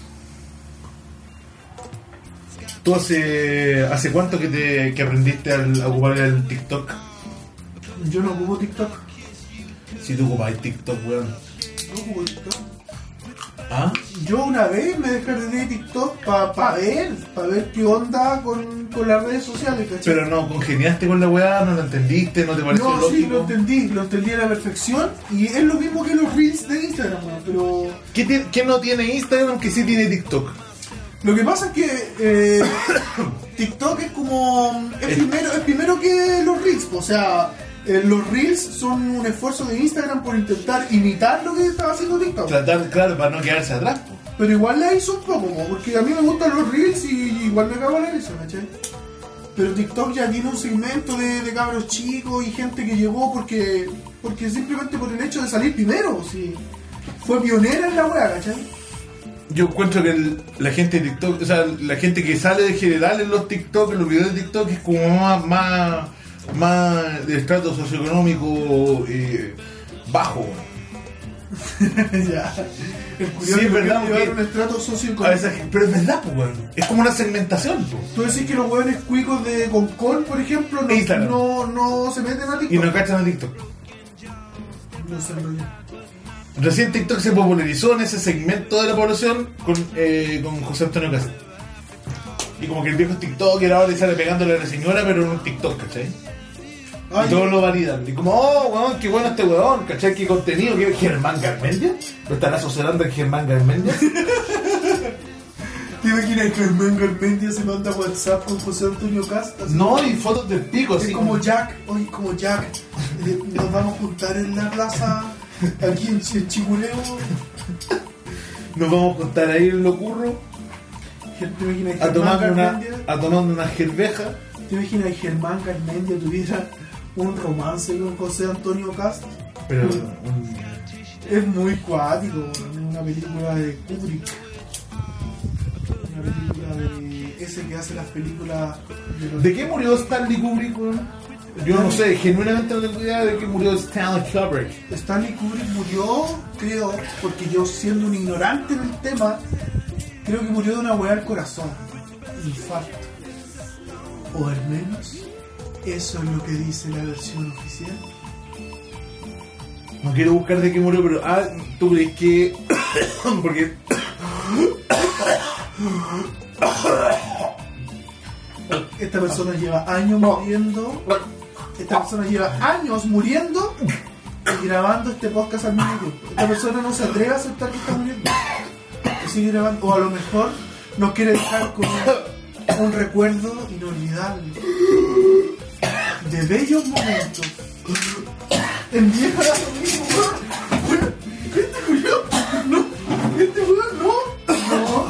¿Tú hace, hace cuánto que, te, que aprendiste al- a ocupar el TikTok?
Yo no ocupo TikTok.
Si tú ocupabas TikTok, weón.
No ocupo TikTok.
¿Ah?
Yo una vez me descargué TikTok para ver, para ver qué onda con, con las redes sociales, ¿cachai?
Pero no, congeniaste con la weá, no lo entendiste, no te pareció
No, sí,
lógico.
lo entendí, lo entendí a la perfección y es lo mismo que los reels de Instagram, weón, pero
¿Qué, ti- qué no tiene Instagram que sí tiene TikTok?
lo que pasa es que eh, TikTok es como es primero, es primero que los reels, o sea, eh, los reels son un esfuerzo de Instagram por intentar imitar lo que estaba haciendo TikTok,
Tratar, claro, para no quedarse atrás. po.
pero igual la hizo un poco, como, porque a mí me gustan los reels y igual me cago en la risa, ¿cachai? Pero TikTok ya tiene un segmento de, de cabros chicos y gente que llegó porque porque simplemente por el hecho de salir primero, sí. Fue pionera en la weá, ¿cachai?
Yo encuentro que el- la gente de TikTok, o sea, la gente que sale de general en los TikTok, en los videos de TikTok, es como más, más, más de estrato socioeconómico eh, bajo. weón.
ya. El
Sí,
curioso
es verdad,
que llevar
porque-
un estrato
A veces,
socioeconómico.
pero es verdad, pues, weón. es como una segmentación. po.
Tú decís que los hueones cuicos de Concon, por ejemplo, no,
Instagram.
no, no se meten a
Y
TikTok.
no cachan a TikTok.
No sé, en realidad.
Recién TikTok se popularizó en ese segmento de la población con, eh, con José Antonio Casas. Y como que el viejo TikTok era ahora y sale pegándole a la señora, pero en un TikTok, ¿cachai?
Ay.
Y todos lo validan. Y como, oh, weón, qué bueno este weón, ¿cachai? Qué contenido, qué Germán Garmendia. ¿Lo están asociando a Germán Garmendia?
¿Te imaginas que Germán Garmendia se manda WhatsApp con José Antonio Castas?
No, y fotos del pico, así
Es como Jack, hoy como Jack, eh, nos vamos a juntar en la plaza, aquí en Chi- Chigureo.
Nos vamos a contar ahí en lo curro,
¿Te imaginas
a
Germán
tomar una,
Garmendia?
a tomar una gerveja.
¿Te imaginas que Germán Garmendia tuviera un romance con José Antonio Castas?
Pero un-
Es muy cuático, weón, una película de Kubrick. Una película de ese que hace las películas de los...
¿De qué murió Stanley Kubrick, weón? Yo no sé, genuinamente no tengo idea de qué murió Stanley Kubrick.
Stanley Kubrick murió, creo, porque yo siendo un ignorante en el tema, creo que murió de una weá al corazón. Infarto. O al menos, eso es lo que dice la versión oficial.
No quiero buscar de qué murió, pero ah, ¿tú crees que.? Porque.
Esta persona
Ah.
lleva años muriendo. Esta persona lleva años muriendo y grabando este podcast al mismo tiempo. Esta persona no se atreve a aceptar que está muriendo. Y sigue grabando. O a lo mejor nos quiere dejar con un, un recuerdo inolvidable. De bellos momentos. En vieja anatomía, Este Julio, no. Este weón, no. No.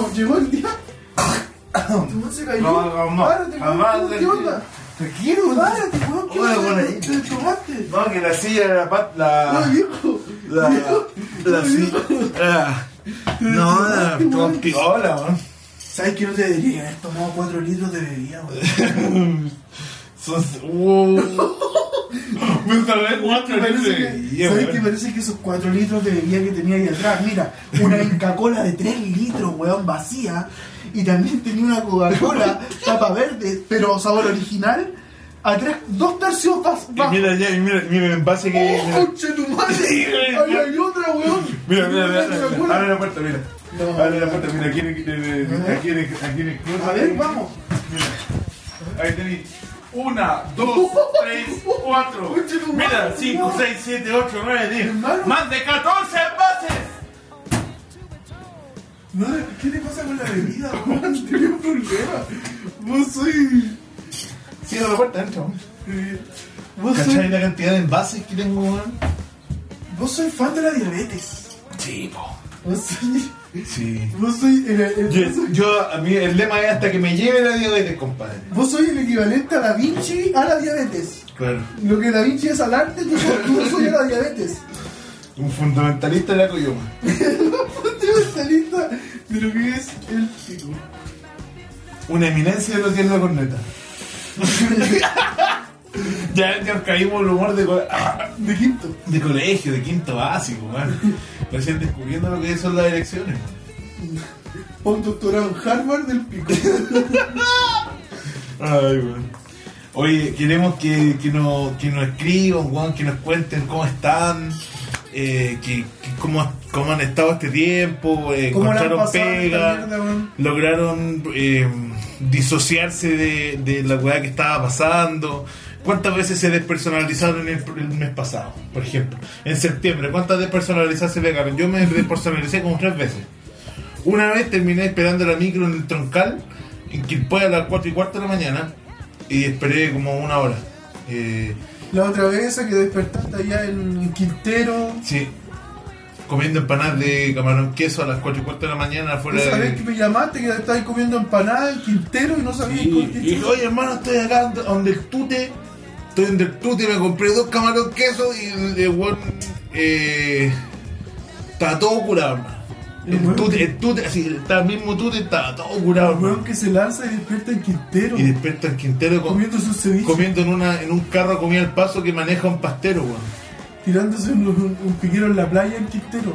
No, llegó el día. Tu weón se cayó.
No, no, no.
Párate, weón,
Jamás,
¿qué onda?
Tranquilo,
Párate, weón, ¿qué
Hola,
onda?
hola, ahí.
Te tomaste.
No, que la silla era la. pat-
No,
La.
viejo.
La.
viejo,
La
no,
silla. era- Ah, No, la. con piola, weón.
¿Sabes que no te debería haber tomado 4 litros de bebida, weón?
Son. wow.
Me tardé cuatro
Parece
meses.
que-
Y es
¿Sabes
bueno.
qué? Parece que esos 4 litros de bebida que tenía ahí atrás, mira, una Inca Cola de 3 litros, weón, vacía, y también tenía una Coca-Cola tapa verde, pero sabor original, a tres, dos tercios más.
Y Mira, ya, y mira, mira el envase que. mira.
¡Conche tu madre!
Sí,
¡Ay,
mira.
hay otra, weón!
Mira, mira, mira,
Una
mira,
Coca-Cola.
Abre la puerta, mira.
No.
Abre la puerta, mira. Aquí en el- en el- aquí en el- aquí en el club.
A ver, vamos.
Ahí tenéis.
Una, dos, tres, cuatro.
Conche tu madre,
Mira, cinco,
weón.
seis, siete, ocho, nueve, diez.
Hermano.
Más de 14 envases.
No, ¿qué te pasa con la bebida, weón? Tenía un problema. Vos soy.
Cierra la puerta, entra. weón.
eh, Vos soy,
¿Cachai la cantidad de envases que tengo, weón?
vos soy fan de la diabetes.
Sí, po.
Vos soy.
Sí.
Vos soy el, el-
Yo, yo- a mí el lema es hasta que me lleve la diabetes, compadre.
vos soy el equivalente a Da Vinci a la diabetes.
Claro.
Lo que Da Vinci es al arte, tú, tú soy a la diabetes.
Un fundamentalista de la coyoma.
Tengo esta lista de lo que es el pico.
Una eminencia de lo que es la corneta. ya, ya nos caímos el humor de, co- ah,
De quinto.
de colegio, de quinto básico, weón. Recién descubriendo lo que son las elecciones.
O un doctorado en Harvard del pico.
Ay, weón. Oye, queremos que, que, nos, que nos escriban, weón, que nos cuenten cómo están, eh, que, que cómo, cómo han estado este tiempo, eh,
¿Cómo la han
encontraron
pasado esta
pega,
mierda, weón?
lograron eh, disociarse de, de la weá que estaba pasando. ¿Cuántas veces se despersonalizaron el, el mes pasado, por ejemplo? En septiembre, ¿cuántas despersonalizadas se pegaron? Yo me despersonalicé como tres veces. Una vez terminé esperando la micro en el troncal, en Quilpue a las 4 y cuarto de la mañana, y esperé como una hora. Eh,
La otra vez esa que despertaste allá en Quintero.
sí, comiendo empanadas de camarón queso a las 4 y cuarto de la mañana afuera
Esa
de.
vez que me llamaste que estabas comiendo empanada en Quintero y no sabías
Y,
con
y
qué
dije, oye hermano, estoy acá donde- donde el tute, estoy donde el tute, me compré dos camarón queso y el el weón, eh, estaba todo curado, hermano.
El
El
weón-
tute, el tute, así, estaba el mismo tute, estaba todo curado,
El weón
hermano.
que se lanza y despierta en Quintero
Y despierta el Quintero con,
comiendo su ceviche,
comiendo en una en un carro comía el paso que maneja un pastero, weón.
tirándose un, un- un piquero en la playa en Quintero.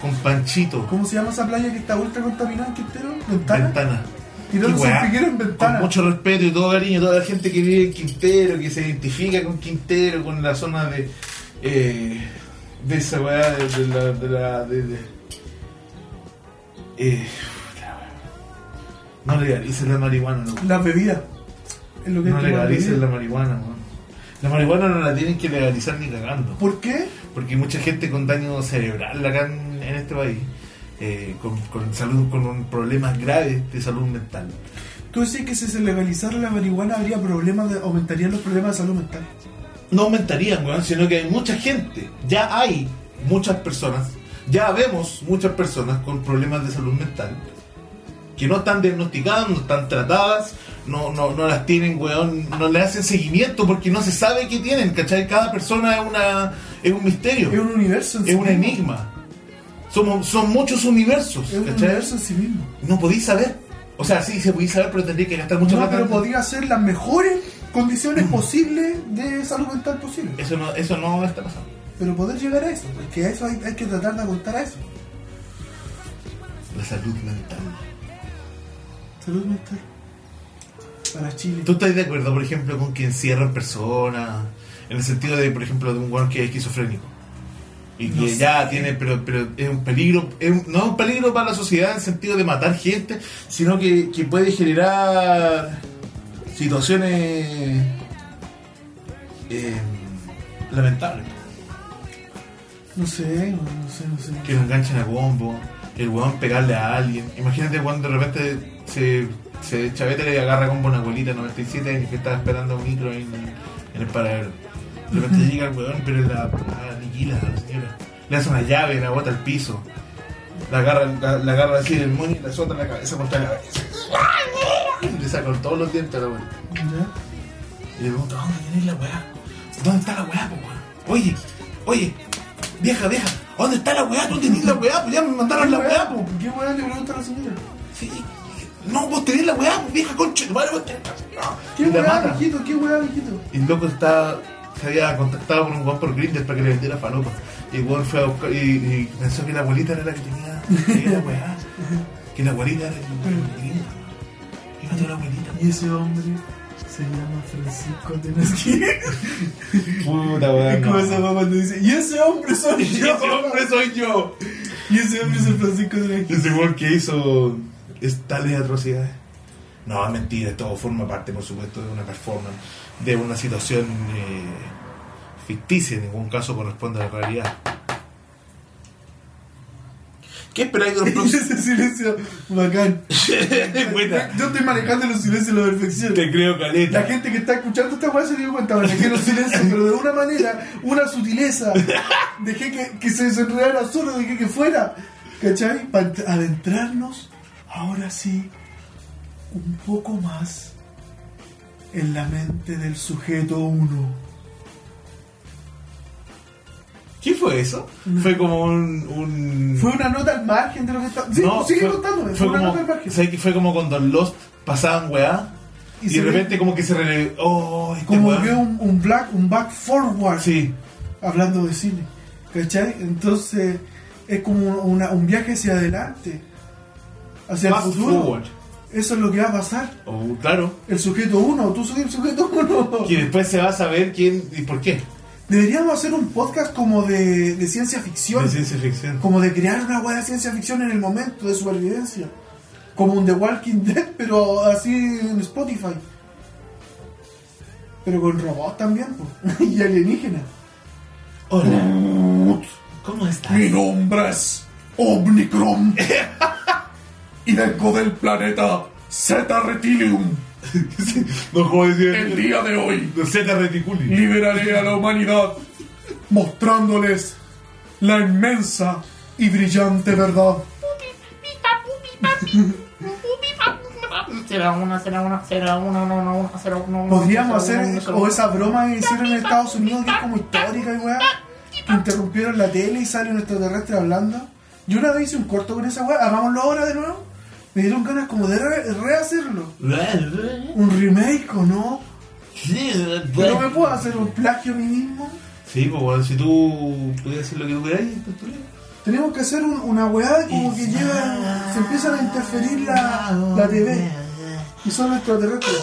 Con panchito.
¿Cómo se llama esa playa que está ultra contaminada en Quintero? ¿Ventana?
Ventana.
Tirándose
Y weá,
un piquero en ventana.
Con mucho respeto y todo cariño, toda la gente que vive en Quintero, que se identifica con Quintero, con la zona de. eh, de esa weá, de, de la. de la. de. de- eh, puta weá. no legalicen la marihuana, loco.
Las bebidas. Es lo que
No
es tomar
legalicen
bebidas.
la marihuana, weón. La marihuana no la tienen que legalizar ni cagando.
¿Por qué?
Porque hay mucha gente con daño cerebral acá en, en este país. eh, con, con salud, con un problemas graves de salud mental.
¿Tú decís que si se legalizara la marihuana habría problemas, de- aumentarían los problemas de salud mental?
no aumentarían, weón, sino que hay mucha gente. Ya hay muchas personas, ya vemos muchas personas con problemas de salud mental que no están diagnosticadas, no están tratadas, no, no, no las tienen, weón, no le hacen seguimiento porque no se sabe qué tienen, ¿cachai? Cada persona es, una, es un misterio,
Es un universo en sí
es un
mismo.
enigma. Somos, son muchos universos,
Es un
¿cachai?
universo en sí mismo.
No podéis saber. O sea, sí, se podía saber, pero tendría que gastar mucho
No,
plata
pero
en-
podría ser las mejores condiciones
Mm.
posibles de salud mental posible.
Eso no, eso no está pasando.
Pero poder llegar a eso, porque a eso hay, hay que tratar de apuntar a eso.
La salud mental.
Salud mental. Para Chile.
¿Tú estás de acuerdo, por ejemplo, con que encierran personas? En el sentido de, por ejemplo, de un weón que es esquizofrénico. Y que
No
ya
sé.
tiene, pero, pero es un peligro, es un- no es un peligro para la sociedad en el sentido de matar gente, sino que, que puede generar situaciones eh, lamentables.
No sé, no sé, no sé.
Que lo enganchan a bombo, que el weón pegarle a alguien. Imagínate cuando de repente se, se chavete le agarra combo a una abuelita 97 años que estaba esperando un micro en, en el paradero. De repente llega el weón, pero la, la aniquila a la señora. Le hace una llave, la bota al piso. La agarra, la, la agarra así del moño y la suelta en la cabeza contra la cabeza. Le sacan todos los dientes a la abuelita.
¿Ya?
Y le pregunto, ¿dónde tenés la weá? ¿Dónde está la weá, po, weón? Oye, oye, vieja, vieja, ¿dónde está la weá? ¿Tú tenés la weá? Pues ya me mandaron la weá, po.
¿Qué weá le pregunta a la señora?
Sí. No, vos tenés la weá, pues, vieja concha, tu madre, vos tenés la weá.
¿Qué
Y la
weá,
mata.
mijito? ¿Qué weá, mijito?
Y el loco está, se había contactado con un weón por Grindr para que le vendiera falopa. Y el weón fue a buscar, y, y pensó que la abuelita era la que tenía, que la weá, que la abuelita era el Grindr. Y mató a la abuelita.
Y ese hombre se llama Francisco de Nasquilla.
Puta
Es como esa
weá.
mamá cuando dice, y ese hombre soy
Y
yo.
ese hombre soy yo.
Y ese hombre es el Francisco de Nasquilla.
Ese weón que hizo es- tales atrocidades. No, es mentira, todo forma parte, por supuesto, de una performance, de una situación eh, ficticia, en ningún caso corresponde a la realidad. ¿Qué esperáis de los
Y
próximos?
ese silencio bacán.
Buena.
Yo estoy manejando los silencios a la perfección.
Te creo,
La
Caleta.
gente que está escuchando esta weá se dio cuenta, dejé los silencios, pero de una manera, una sutileza. Dejé que, que se desenredara solo, dejé que fuera. ¿Cachai? Para adentrarnos, ahora sí, un poco más en la mente del sujeto uno.
¿Qué fue eso? Fue como un... un...
Fue una nota al margen de lo que está. Sí, pues,
No,
sigue
fue-
contándome, fue,
Fue
una
como,
nota al margen.
¿sabes qué? Fue como cuando en Lost pasaban weá y,
se
de
ve
repente como que se rele... Oh, este
como
weón.
que un, un black, un back forward.
Sí.
hablando de cine. ¿Cachai? Entonces es como una- un viaje hacia adelante, hacia
Fast
el futuro.
forward.
Eso es lo que va a pasar.
Oh, claro.
El sujeto 1, tú soy el sujeto 1.
Que después se va a saber quién y por qué.
Deberíamos hacer un podcast como de, de ciencia ficción.
De ciencia ficción.
Como de crear una hueá de ciencia ficción en el momento de supervivencia. Como un The Walking Dead, pero así en Spotify. Pero con robots también, po. y alienígenas.
Hola. ¿Cómo estás?
Mi nombre es Omnicron. y vengo del planeta Zeta Retilium.
no puedo
El
decir.
día de hoy
Z reticuli.
liberaré a la humanidad.
mostrándoles la inmensa y brillante verdad.
Será una, será una, será una, no, no, una, será una, una.
Podríamos
será
hacer
una, será
o
una.
esa broma que hicieron en Estados Unidos que es como histórica y weá, que interrumpieron la tele y sale un extraterrestre hablando. Yo una vez hice un corto con esa weá, hagámoslo ahora de nuevo. Me dieron ganas como de re- rehacerlo. Un remake o no. Yo no me puedo hacer un plagio a mí mismo.
Sí, pues bueno, si tú pudieras hacer lo que tú queráis, pues tú le-
Tenemos que hacer un- una weá como que lleva. Se empiezan a interferir la, la TV. Y son los extraterrestres.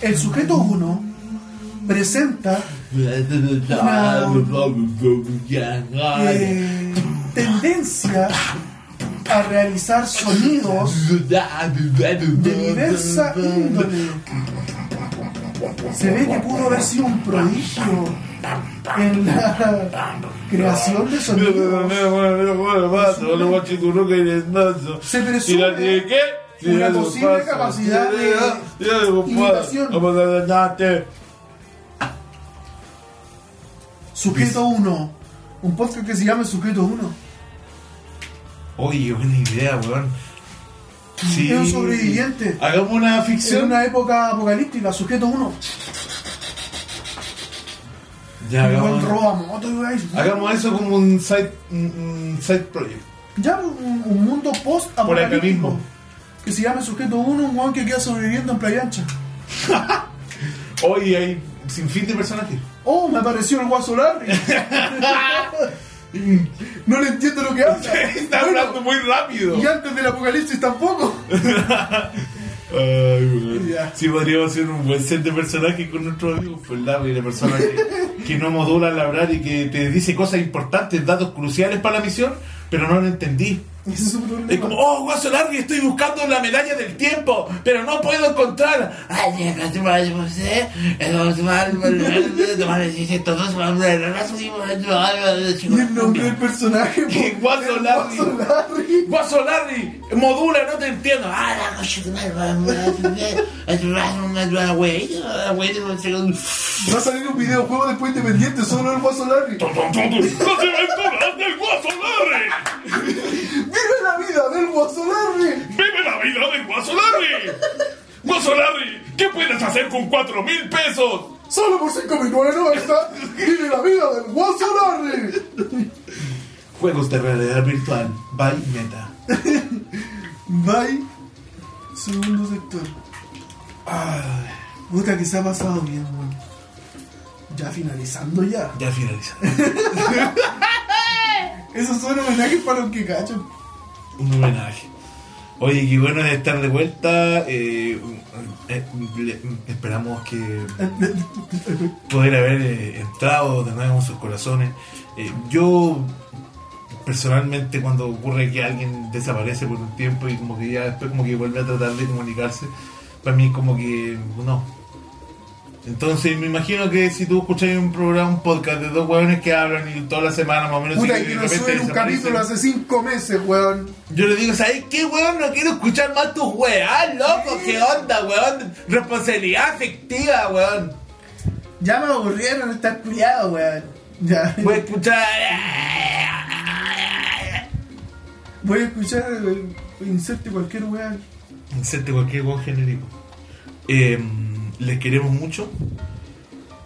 El sujeto 1 presenta una, eh, tendencia a realizar sonidos de diversa índole. Se ve que pudo haber sido un prodigio en la creación de sonidos. Se presume una posible capacidad de Sujeto 1. Un podcast que se llama Sujeto 1.
Oye, qué buena idea, weón. Sí.
Es un sobreviviente.
Hagamos una
En
ficción.
una época apocalíptica, Sujeto 1.
Ya,
Igual
hagamos,
roba moto y weá, y-
hagamos eso como un side, un, un side project.
Ya, un, un mundo post
Por acá mismo.
Que se llama Sujeto 1, un weón que queda sobreviviendo en playa ancha.
Hoy hay sin fin de personajes.
Oh, me apareció el guaso Larry. no le entiendo lo que habla.
Está
Bueno,
hablando muy rápido.
Y antes del apocalipsis tampoco.
Ay, weón.
Ya.
Sí, podríamos hacer un buen set de personajes con nuestros amigos. Fue el Larry, la persona que, que no modula al hablar y que te dice cosas importantes, datos cruciales para la misión, pero no lo entendí.
Ese es un problema.
Es como, oh, guaso Larry, estoy buscando la medalla del tiempo, pero no puedo encontrar.
y el nombre del personaje. po,
Y Guaso
el
Larry.
Guaso Larry.
Guaso Larry, modula, no te entiendo. Ah, la
Va a salir un videojuego después independiente, solo el guaso Larry.
del Guaso Larry!
¡Vive la vida del guaso Larry!
¡Vive la vida del Guaso Larry! ¡Guaso Larry! ¿Qué puedes hacer con cuatro mil pesos?
Solo por 5.990 vive la vida del guaso Larry.
Juegos de realidad virtual, by Meta.
Bye. Segundo sector. Ay, puta que se ha pasado bien, weón. Ya finalizando ya.
Ya finaliza.
Esos son homenajes para los que cachan.
Un homenaje. Oye, qué bueno de estar de vuelta. eh, eh, le- esperamos que poder haber eh, entrado de nuevo en sus corazones. Eh, yo, personalmente, cuando ocurre que alguien desaparece por un tiempo y como que ya después como que vuelve a tratar de comunicarse, para mí como que no. Entonces me imagino que si tú escuchas un programa, un podcast de dos hueones que hablan y toda la semana más o menos...
Puta,
y
y que
de
no
repente
suben un
desaparecen,
capítulo hace 5 meses, weón.
yo le digo, ¿sabes qué, weón? No quiero escuchar más tus weas, loco. ¿Qué onda, weón? Responsabilidad afectiva, weón.
Ya me aburrieron estar culiado, weón. Ya.
Voy a escuchar.
Voy a escuchar, eh, inserte cualquier weón.
Inserte cualquier weón genérico. Eh, les queremos mucho.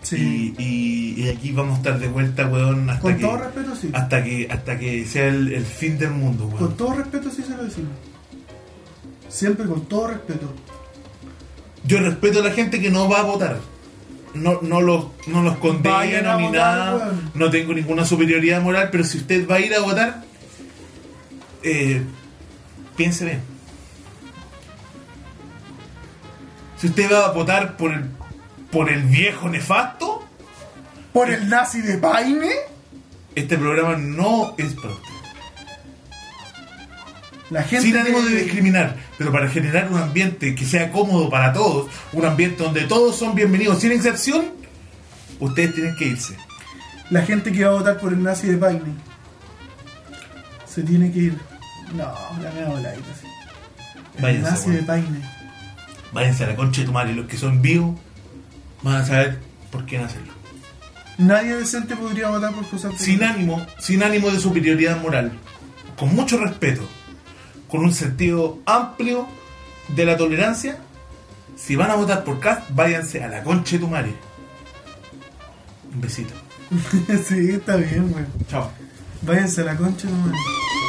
Sí.
Y, y- y aquí vamos a estar de vuelta, weón. Hasta
Con
que,
todo respeto, sí.
hasta que Hasta que sea el, el fin del mundo,
Con
weón.
todo respeto, sí se lo decimos. Siempre con todo respeto.
Yo respeto a la gente que no va a votar. No, no, los, no los
Vayan a
condeno ni
votar,
nada.
weón.
No tengo ninguna superioridad moral, pero si usted va a ir a votar, eh, piense bien. Si usted va a votar por el, por el viejo nefasto,
¿Por el nazi de Paine?
este programa no es para usted.
La gente.
Sin ánimo de
que-
discriminar, pero para generar un ambiente que sea cómodo para todos, un ambiente donde todos son bienvenidos sin excepción, ustedes tienen que irse.
La gente que va a votar por el nazi de Paine. Se tiene que ir. No, la me voy a sí. El
Váyanse,
nazi
weón.
de Paine.
Váyanse a la concha de tu madre, los que son vivos van a saber por qué hacerlo.
Nadie decente podría votar por José Antonio.
Sin ánimo, sin ánimo de superioridad moral, con mucho respeto, con un sentido amplio de la tolerancia, si van a votar por Cast, váyanse a la concha de tu madre. Un besito.
sí, está bien, weón.
Chao.
Váyanse a la concha, no, weón.